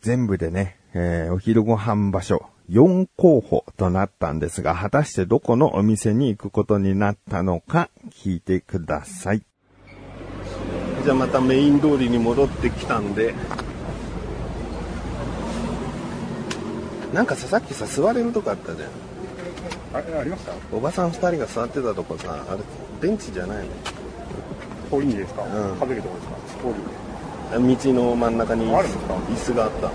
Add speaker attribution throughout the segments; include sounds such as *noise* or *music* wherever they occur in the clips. Speaker 1: 全部でね、えーお昼ご飯場所4候補となったんですが、果たしてどこのお店に行くことになったのか聞いてください。じゃあまたメイン通りに戻ってきたんで、なんかさ、さっきさ、座れるとこあったじゃん。
Speaker 2: あありました
Speaker 1: おばさん二人が座ってたとこさ、あれ、ベンチじゃないの
Speaker 2: 通りにですか、
Speaker 1: うん
Speaker 2: 食べるとこですか通りに
Speaker 1: 道の真ん中に
Speaker 2: あるんですか
Speaker 1: 椅子があった。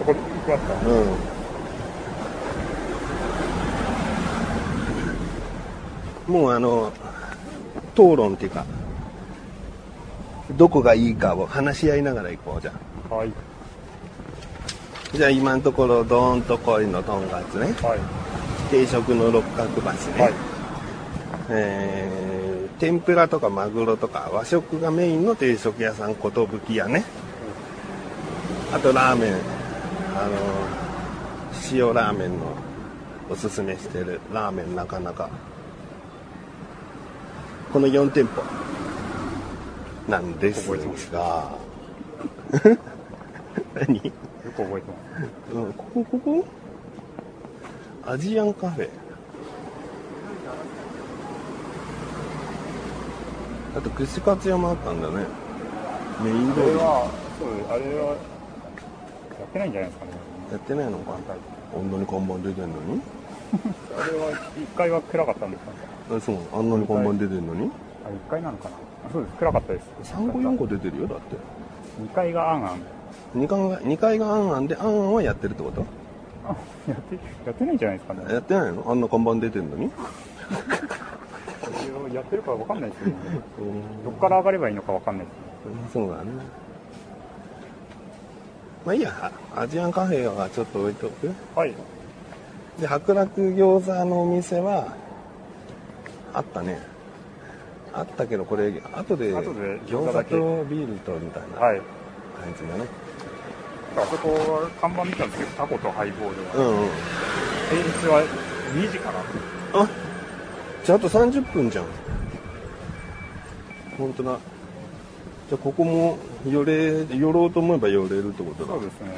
Speaker 2: そこで行きますか
Speaker 1: うん。もうあの、討論っていうか、どこがいいかを話し合いながら行こうじゃん。
Speaker 2: はい
Speaker 1: じゃあ今のところ、どーんとこいのとんかつね。
Speaker 2: はい
Speaker 1: 定食の六角橋ね。
Speaker 2: はい
Speaker 1: えー天ぷらとかマグロとか和食がメインの定食屋さん寿屋ねあとラーメンあの塩ラーメンのおすすめしてるラーメンなかなかこの4店舗なんです
Speaker 2: 覚えてます
Speaker 1: が何、
Speaker 2: よく覚えてます
Speaker 1: うん、ここここアジアンカフェあと串カツ屋もあったんだねメイン
Speaker 2: あ
Speaker 1: 通
Speaker 2: れ
Speaker 1: り
Speaker 2: はそうですあれはやってないんじゃないですかね
Speaker 1: やってないのかあんなに看板出てんのに
Speaker 2: あれは1階は暗かったんですか
Speaker 1: あそうあんなに看板出てんのに
Speaker 2: あ1階なのかなあそうです暗かったです
Speaker 1: 3個4個出てるよだって
Speaker 2: 2階があんあん
Speaker 1: 2階が二階があんあんであんあんはやってるってこと
Speaker 2: あ *laughs* やってやってないんじゃないですかね
Speaker 1: やってないのあんな看板出てんのに
Speaker 2: 一応やってるかわかんないですけど、ね、どっから上がればいいのかわかんないです
Speaker 1: そうだね。まあいいや、あアジアンカフェはちょっと置いとく。
Speaker 2: はい
Speaker 1: で、白楽餃子のお店は、あったね。あったけど、これ、後で、
Speaker 2: 後で
Speaker 1: 餃
Speaker 2: 餃子だ
Speaker 1: 子
Speaker 2: け
Speaker 1: とビールとみたいな
Speaker 2: はい
Speaker 1: 感じだね。
Speaker 2: あそこは看板見たんですけどタコとハイボールは
Speaker 1: うんうん。
Speaker 2: 平日は2時から
Speaker 1: あじゃああと30分じゃん。本当だ。じゃあここも寄れ、寄ろうと思えば寄れるってことだ。
Speaker 2: そうですね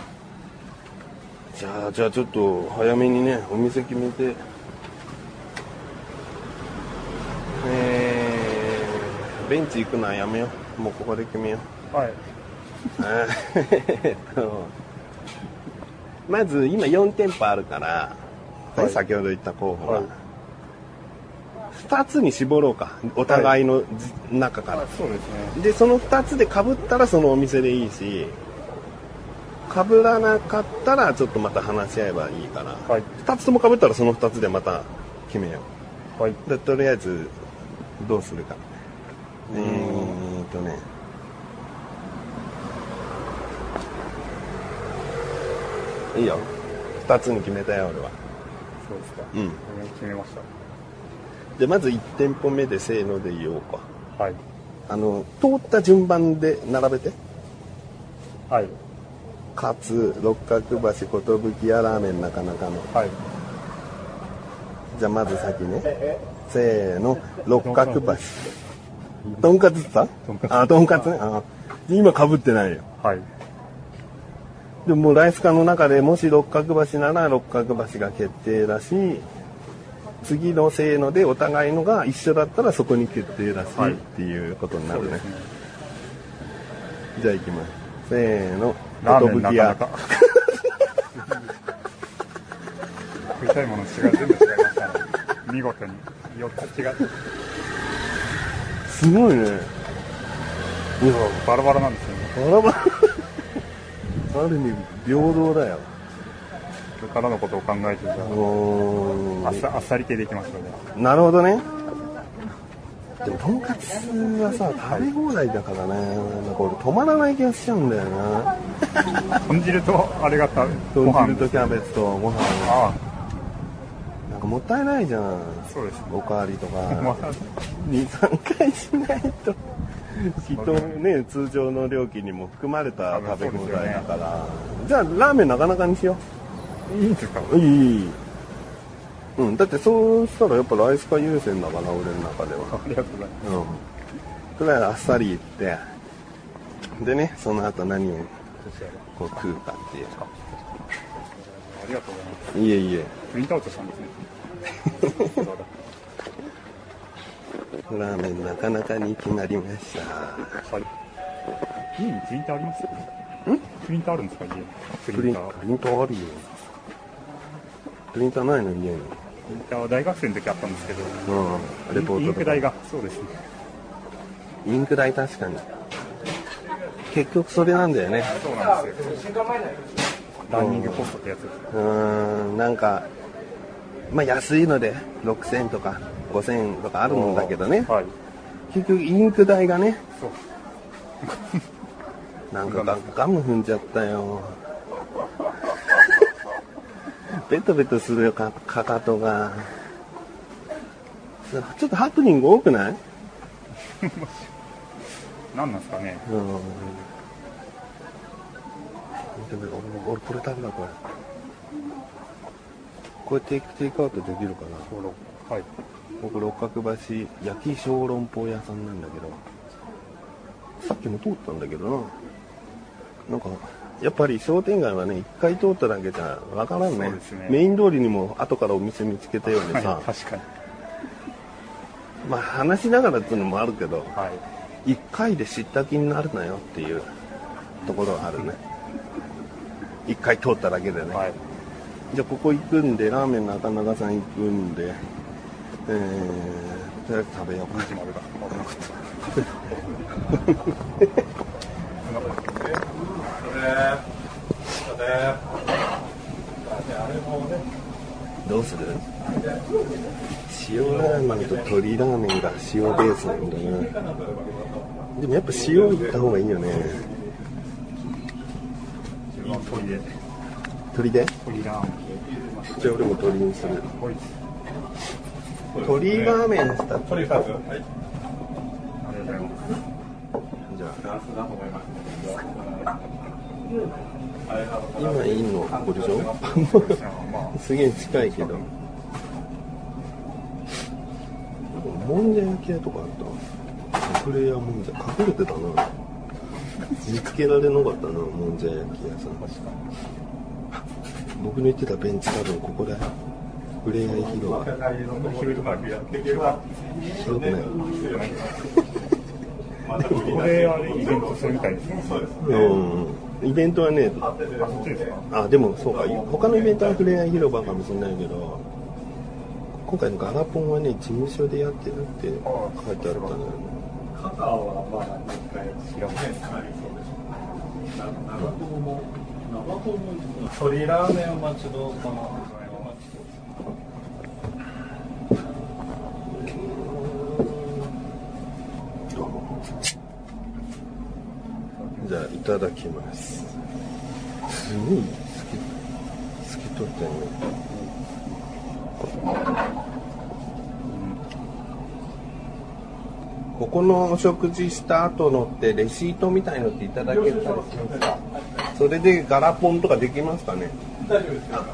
Speaker 1: じゃあ、じゃあちょっと早めにね、お店決めて。えー、ベンチ行くのはやめよう。もうここで決めよう。
Speaker 2: はい
Speaker 1: あーえっとまず今4店舗あるから、ね
Speaker 2: はい
Speaker 1: 先ほど言った候補が。
Speaker 2: はい
Speaker 1: 2つに絞ろうか。お互いのじ、中から
Speaker 2: あ。そうですね
Speaker 1: で、その2つで被ったらそのお店でいいし、被らなかったらちょっとまた話し合えばいいから、
Speaker 2: はい
Speaker 1: 2つとも被ったらその2つでまた決めよ。
Speaker 2: はいう
Speaker 1: でとりあえず、どうするか。えーっとね。いいよ。2つに決めたよ、俺は。
Speaker 2: そうですか
Speaker 1: うん
Speaker 2: これ決めました
Speaker 1: で、まず1店舗目でせーので言おうか。
Speaker 2: はい
Speaker 1: あの、通った順番で並べて。
Speaker 2: はい
Speaker 1: かつ六角橋寿屋ラーメンなかなかの
Speaker 2: はい
Speaker 1: じゃあまず先ねせーの六角橋とんかつって言
Speaker 2: とん
Speaker 1: っ
Speaker 2: かつ
Speaker 1: たあとんかつねあ今かぶってないよ
Speaker 2: はい
Speaker 1: でももうライスカの中でもし六角橋なら六角橋が決定だし次のせーのでお互いのが一緒だったらそこに決定だし、
Speaker 2: はい
Speaker 1: っていうことにな
Speaker 2: そう
Speaker 1: る
Speaker 2: で
Speaker 1: ね
Speaker 2: すね
Speaker 1: じゃあ行きますせーの
Speaker 2: ラーメンな
Speaker 1: 寿
Speaker 2: かな
Speaker 1: 屋
Speaker 2: *laughs* か食いたいもの違う全部違いましたね見事に4つ違う
Speaker 1: すごいねいや
Speaker 2: バラバラなんですよね
Speaker 1: バラバラある意味平等だよ
Speaker 2: これからのことを考えてじゃあ
Speaker 1: お
Speaker 2: あっさあっさり系でいきましたね
Speaker 1: なるほどねでもとんかつはさ食べ放題だからねなんか俺止まらない気がしちゃうんだよな
Speaker 2: 豚汁とあれがたご
Speaker 1: 豚
Speaker 2: 飯
Speaker 1: 汁とキャベツとご飯
Speaker 2: あ
Speaker 1: なんかもったいないじゃん
Speaker 2: あそうですね
Speaker 1: おかわりとか
Speaker 2: ま
Speaker 1: *laughs*
Speaker 2: あ
Speaker 1: 23回しないときっとね通常の料金にも含まれた食べ放題だから、じゃあラーメンなかなかにしよ
Speaker 2: いいんですか
Speaker 1: ういいいいうん、だってそうしたらやっぱライス化優先だから俺の中では
Speaker 2: ありがとうございま
Speaker 1: うん。とりあえずあっさり行って、でね、その後何を
Speaker 2: す
Speaker 1: こう空間っていう
Speaker 2: あ
Speaker 1: か。
Speaker 2: りがとうございます。
Speaker 1: いえいえ。
Speaker 2: プリントアウトしたんですね。
Speaker 1: ラーメンなかなか人気になりました。
Speaker 2: はい。家にプリンターありますプリンターあるんですか家に。プ
Speaker 1: プ
Speaker 2: リ
Speaker 1: リ
Speaker 2: ン
Speaker 1: ン
Speaker 2: タ
Speaker 1: ター
Speaker 2: ー。プ
Speaker 1: プリンターあるよ。プリンターないの家に。
Speaker 2: リンターは大学生の時あったんですけど。
Speaker 1: うん。レポートとか。
Speaker 2: インク代が。そうですね。
Speaker 1: インク代確かに。結局それなんだよね。
Speaker 2: そうなんですよ。ランニングコストってやつです。
Speaker 1: うーん、なんか、まあ安いので6000とか5000とかあるんだけどね。
Speaker 2: はい。
Speaker 1: 結局インク代がね、
Speaker 2: そう。
Speaker 1: *laughs* なんかガガム踏んじゃった *laughs* よ。ベトベトするよ、か、かかとが。ちょっとハプニング多くない
Speaker 2: 何なんですかね。
Speaker 1: うん。でも俺、俺これ食べた、これ。これテイク、テイクアウトできるかな
Speaker 2: 登録。はい。
Speaker 1: 僕、六角橋、焼き小籠包屋さんなんだけど、さっきも通ったんだけどな。なんか、やっぱり商店街はね、一回通っただけじゃわからんね
Speaker 2: そうですね
Speaker 1: メイン通りにも後からお店見つけたように
Speaker 2: はい、
Speaker 1: さ、
Speaker 2: 確かに。
Speaker 1: まあ話しながらっていうのもあるけど、
Speaker 2: はい。
Speaker 1: 一回で知った気になるなよっていうところはあるね。一回通っただけでね。
Speaker 2: はい。
Speaker 1: じゃあここ行くんで、ラーメン中長さん行くんで、えー、とりあえず食べようか。
Speaker 2: 2時までだ。危なかった。危なかった
Speaker 1: どうする塩ラーメンと鶏ラーメンが塩ベースなんだなでもやっぱ塩いった方がいいよね
Speaker 2: 自分はトイレ。
Speaker 1: 鶏で
Speaker 2: トイラーメ
Speaker 1: じゃあ俺も鶏にする
Speaker 2: ン。こいつ。
Speaker 1: 鶏ラーメンしたら鶏か
Speaker 2: ありがとうございます。
Speaker 1: じゃあ今いいのここでしょ *laughs*
Speaker 2: まあ、
Speaker 1: すげえ近いけどもんじゃ焼き屋とかあった隠れ家もんじゃ隠れてたな見つけられなかったなもんじゃ焼き屋さ
Speaker 2: 確か
Speaker 1: ん
Speaker 2: に。
Speaker 1: 僕の言ってたベンチ多分ここだよ触れ合い広場
Speaker 2: 昼とかやっていけば。
Speaker 1: 広くない
Speaker 2: ここであれイベントするみたいですね。そうです。
Speaker 1: うんイベントはね
Speaker 2: あ、そっちですか。
Speaker 1: あでもそうか他のイベントは触れ合い広場かもしれないけど今回のガラポンはね事務所でやってるって書いてあったんだよね
Speaker 3: 肩はまだ一回知らないですか長友も長友も鶏ラーメンを待ちどうかな
Speaker 1: じゃあいただきますすごい透き透き通ったよねここのお食事した後のってレシートみたいのっていただけたりしますかそれでガラポンとかできますかね
Speaker 3: 大丈夫ですか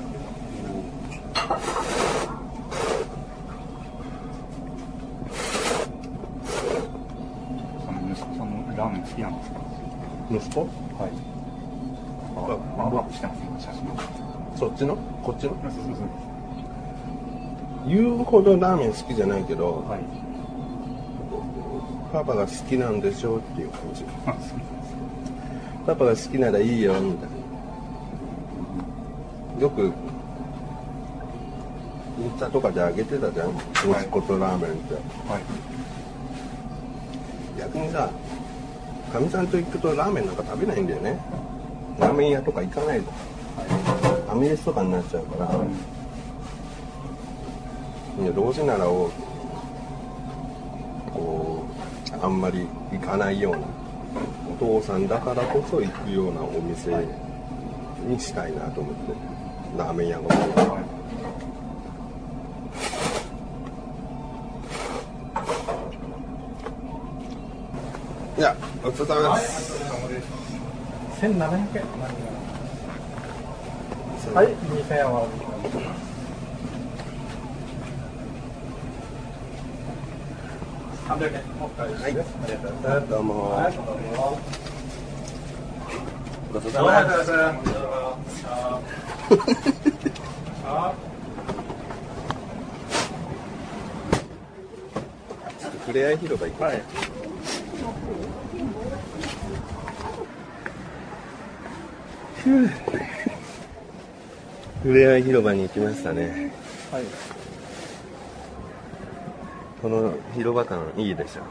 Speaker 2: その息子さんのラーメン好きなんですか。
Speaker 1: 息子
Speaker 2: はい。あ、アップしてますね。写真。
Speaker 1: そっちのこっちの
Speaker 2: そうそうそう。
Speaker 1: 言うほどラーメン好きじゃないけど、
Speaker 2: はい。
Speaker 1: パパが好きなんでしょうっていう感じ
Speaker 2: あ、そうです。
Speaker 1: パパが好きならいいよみたいなよくインスタとかであげてたじゃん息子とラーメンって
Speaker 2: はい。
Speaker 1: 逆にさかみさんと行くとラーメンなんか食べないんだよねラーメン屋とか行かないでファミレスとかになっちゃうから、いやどうせならをこうあんまり行かないようなお父さんだからこそ行くようなお店にしたいなと思ってラーメン屋が
Speaker 2: はい。
Speaker 1: いやごちそうさまです
Speaker 3: 千七百円
Speaker 1: は
Speaker 3: はいい二千円は三百円お返しですありがとうございます
Speaker 1: どうも
Speaker 3: はいどうもごちそうさまでした。
Speaker 1: ちょっとふれあい広場行こう。はいふれあい広場に行きましたね。はい。この広場感いい *laughs* でしょ。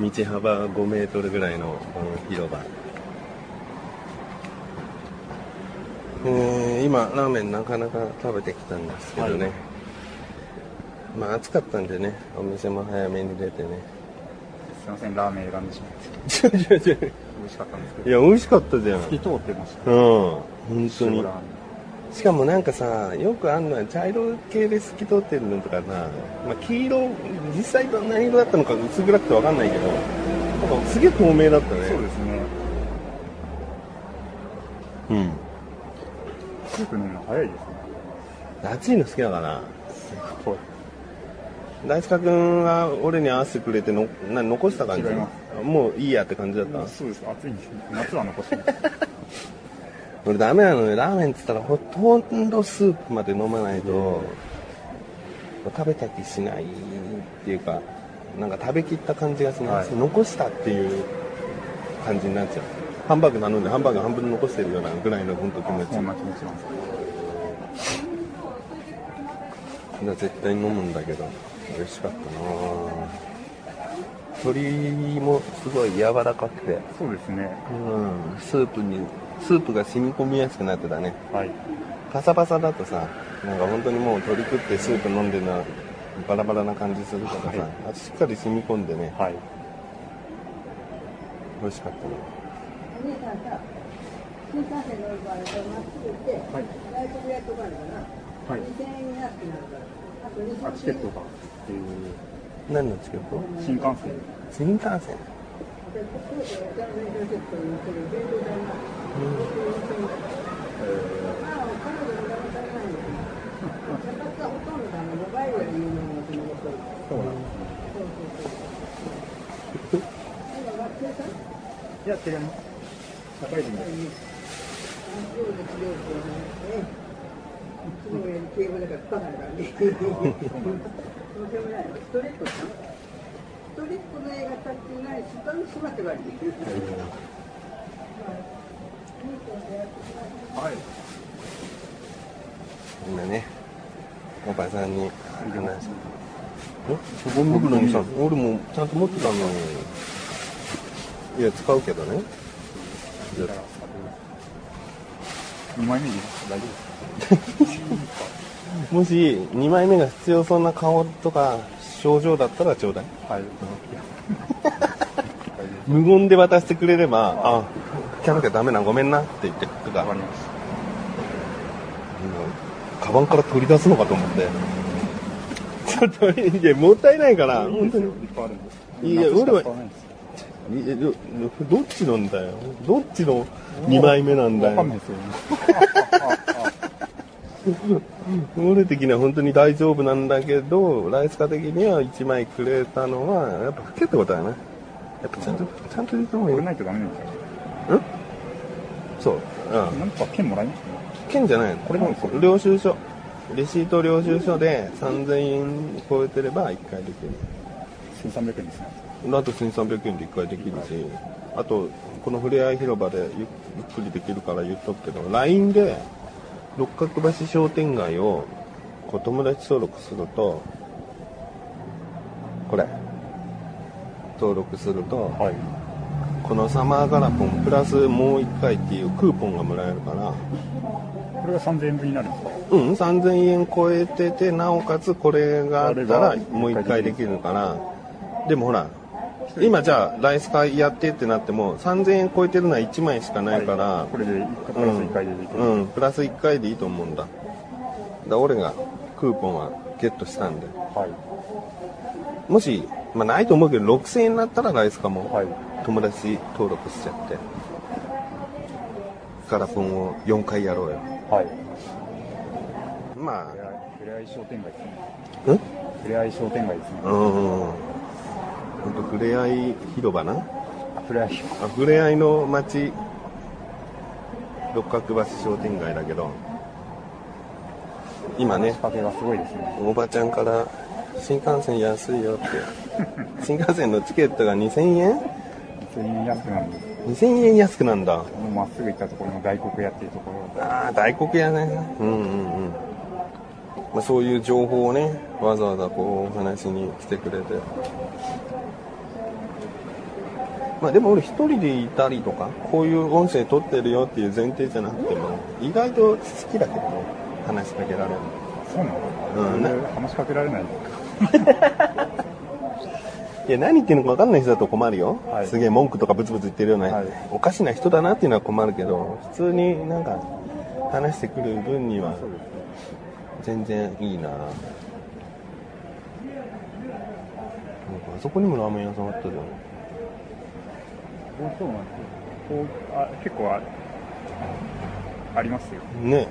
Speaker 1: 道幅5メートルぐらいのこの広場。えー、今、ラーメンなかなか食べてきたんですけどね。はい、まあ暑かったんでね、お店も早めに出てね。
Speaker 2: すいません、ラーメン選んでしまって。美味しかったんですけ
Speaker 1: *laughs* ど。いや、美味しかったじゃん。透
Speaker 2: き通ってました。
Speaker 1: うん、本当に。しかもなんかさ、よくあんのは茶色系で透き通ってるのとかさ、まあ、黄色、実際どんな色だったのか薄暗くてわかんないけど、なんかすげえ透明だったね。
Speaker 2: そうですね。
Speaker 1: うん。
Speaker 2: スープ飲むの早いですね。
Speaker 1: 暑いの好きだから。すごい。大塚君は俺に合わせてくれてのな残した感じもういいやって感じだった
Speaker 2: そうです暑いんです夏は残して
Speaker 1: 俺ダメなのねラーメンっつったらほとんどスープまで飲まないと食べた気しないっていうかなんか食べきった感じがしない、はい、残したっていう感じになっちゃうハンバーグ頼んでハンバーグ半分残してるようなぐらいの本当気持ち
Speaker 2: そんな気持ちなんです
Speaker 1: 絶対飲むんだけど美味しかったな鶏もすごい柔らかくて
Speaker 2: そうですね
Speaker 1: うんスープにスープが染み込みやすくなってたね
Speaker 2: はい
Speaker 1: パサパサだとさなんか本当にもう鶏食ってスープ飲んでるのはバラバラな感じするからさ、はい、しっかり染み込んでね
Speaker 2: はい
Speaker 1: 美味しかったね
Speaker 4: 新幹線乗る場合はまっすぐ行って、はい、ライトでやっとかないかな、はい、2000円になってなるから
Speaker 2: あチケットが、え
Speaker 1: ー、何のチケット
Speaker 2: 新幹
Speaker 1: 線新幹線
Speaker 2: いや違います社会人
Speaker 4: いつもより敬語だからバカだからね。とんでもない。ストレットさん。ストレットの映画たってない、スパンスマってばり。
Speaker 1: はい。今ね、おばさんに話して。え、ゴミ袋にさ、俺もちゃんと持ってたのに。いや、使うけどね。
Speaker 2: いや、2枚目で大丈夫ですか
Speaker 1: もし2枚目が必要そうな顔とか症状だったらちょうだい、
Speaker 2: はい、
Speaker 1: 無言で渡してくれれば「あキャラキャダメなごめんな」って言ってく
Speaker 2: か
Speaker 1: カバンから取り出すのかと思ってちょっと *laughs* いやもったいないから本当にいや俺はどっちなんだよどっちの2枚目な
Speaker 2: *laughs*
Speaker 1: んだよ俺的には本当に大丈夫なんだけど、ライスカ的には1枚くれたのは、やっぱ老けってことだよね。やっぱちゃんと、ちゃんと言った方がいい。
Speaker 2: ないとダメなんです
Speaker 1: よ。んそう。
Speaker 2: うん。なんか券もらいましたね。
Speaker 1: 券じゃないの。これも、領収書。レシート領収書で3000円超えてれば1回できる。
Speaker 2: 1300円ですね。
Speaker 1: あと1300円で1回できるし、あと、このふれあい広場でゆっくりできるから言っとくけど、LINE で、六角橋商店街をこう友達登録するとこれ登録すると、
Speaker 2: はい、
Speaker 1: このサマーガラポンプラスもう1回っていうクーポンがもらえるから
Speaker 2: これが3000円分になるんですか、
Speaker 1: うん3000円超えててなおかつこれがあったらもう1回できるからでもほら今じゃあライス会やってってなっても3000円超えてるのは1枚しかないから、はい、
Speaker 2: これでプラス1回でできる、うん
Speaker 1: うん、プラス1回でいいと思うんだだ俺がクーポンはゲットしたんで、、
Speaker 2: はい
Speaker 1: もし、まあ、ないと思うけど6000円になったらライスかも、
Speaker 2: はい、
Speaker 1: 友達登録しちゃってガラポンを4回やろうよ
Speaker 2: はい
Speaker 1: まあ
Speaker 2: ふれあい商店街です
Speaker 1: ねん
Speaker 2: ふれあい商店街ですね
Speaker 1: うん、うんふれあい広場な。
Speaker 2: ふれあい
Speaker 1: あふれあいの街六角橋商店街だけど今ね
Speaker 2: 仕掛けがすごいですね
Speaker 1: おばちゃんから新幹線安いよって新幹線のチケットが2000円
Speaker 2: 普通に安くなるんです
Speaker 1: 2000円安くなんだ
Speaker 2: もうまっすぐ行ったところの大黒屋っていうところ
Speaker 1: ああ大黒屋ねうんうんうん、まあ、そういう情報をねわざわざこうお話に来てくれてまあでも俺一人でいたりとかこういう音声撮ってるよっていう前提じゃなくても意外と好きだけど話しかけられるの
Speaker 2: そうなの、
Speaker 1: うん
Speaker 2: 全然話しかけられない
Speaker 1: いや何言ってるのか分かんない人だと困るよ、
Speaker 2: はい
Speaker 1: すげえ文句とかブツブツ言ってるような、
Speaker 2: はい
Speaker 1: おかしな人だなっていうのは困るけど普通になんか話してくる分には全然いいななんかあそこにもラーメン屋さんあったじゃん
Speaker 2: そうなんですこうあ結構あありますよ
Speaker 1: ね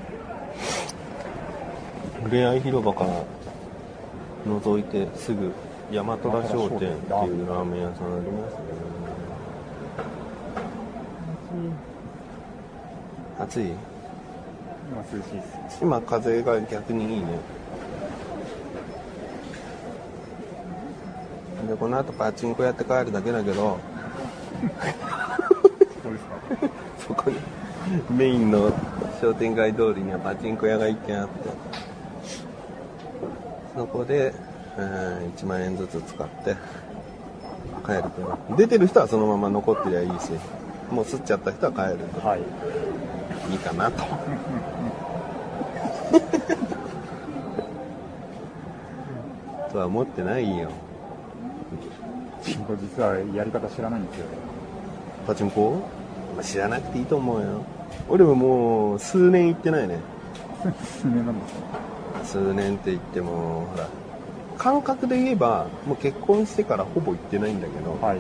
Speaker 1: ふれあい広場から覗いてすぐ大和田商店っていうラーメン屋さんありますね暑い
Speaker 2: 今涼しいです
Speaker 1: 今風が逆にいいねでこの後パチンコやって帰るだけだけど
Speaker 2: そうですか
Speaker 1: そこにメインの商店街通りにはパチンコ屋が一軒あってそこで、えー1万円ずつ使って帰ると出てる人はそのまま残ってりゃいいしもう吸っちゃった人は帰ると
Speaker 2: はい
Speaker 1: いいかなと *laughs* とは思ってないよ
Speaker 2: 僕実はやり方知らないんですよ
Speaker 1: パチンコまあ知らなくていいと思うよ俺ももう数年行ってないね
Speaker 2: 数年なんですよ
Speaker 1: 数年って言ってもほら感覚で言えばもう結婚してからほぼ行ってないんだけど、
Speaker 2: はい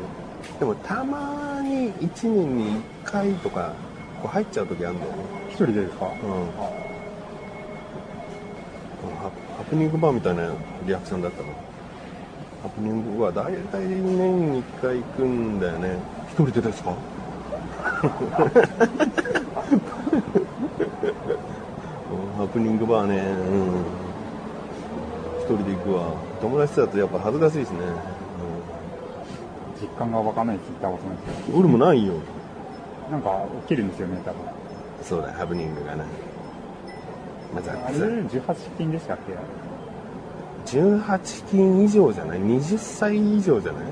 Speaker 1: でもたまに1年に1回とかこう入っちゃう時あるんだよね
Speaker 2: 一人でですか
Speaker 1: うんハハプニングバーみたいなリアクションだったのハプニングは大体年に1回行くんだよね一人でですかうんハプニングバーねうん一人で行くわ友達とだとやっぱ恥ずかしいしね、
Speaker 2: 実感が湧かないって言ったことないです
Speaker 1: うん、俺もないよ
Speaker 2: よなんか起きるんですよね多分
Speaker 1: そうだハプニングがねまず
Speaker 2: あれ18金でしたっけ
Speaker 1: 18金以上じゃない20歳以上じゃない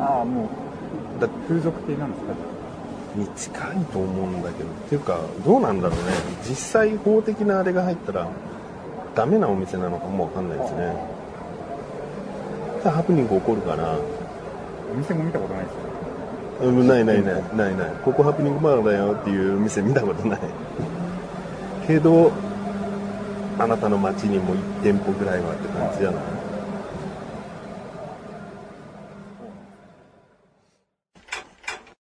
Speaker 2: ああもう
Speaker 1: だ
Speaker 2: 風俗系なんですか
Speaker 1: に近いと思うんだけどっていうかどうなんだろうね実際法的なあれが入ったらダメなお店なのかもわかんないですねただハプニング起こるから
Speaker 2: お店も見たことないですよ
Speaker 1: うんないないないないないここハプニングバーだよっていう店見たことないけどあなたの街にも1店舗ぐらいはって感じじゃない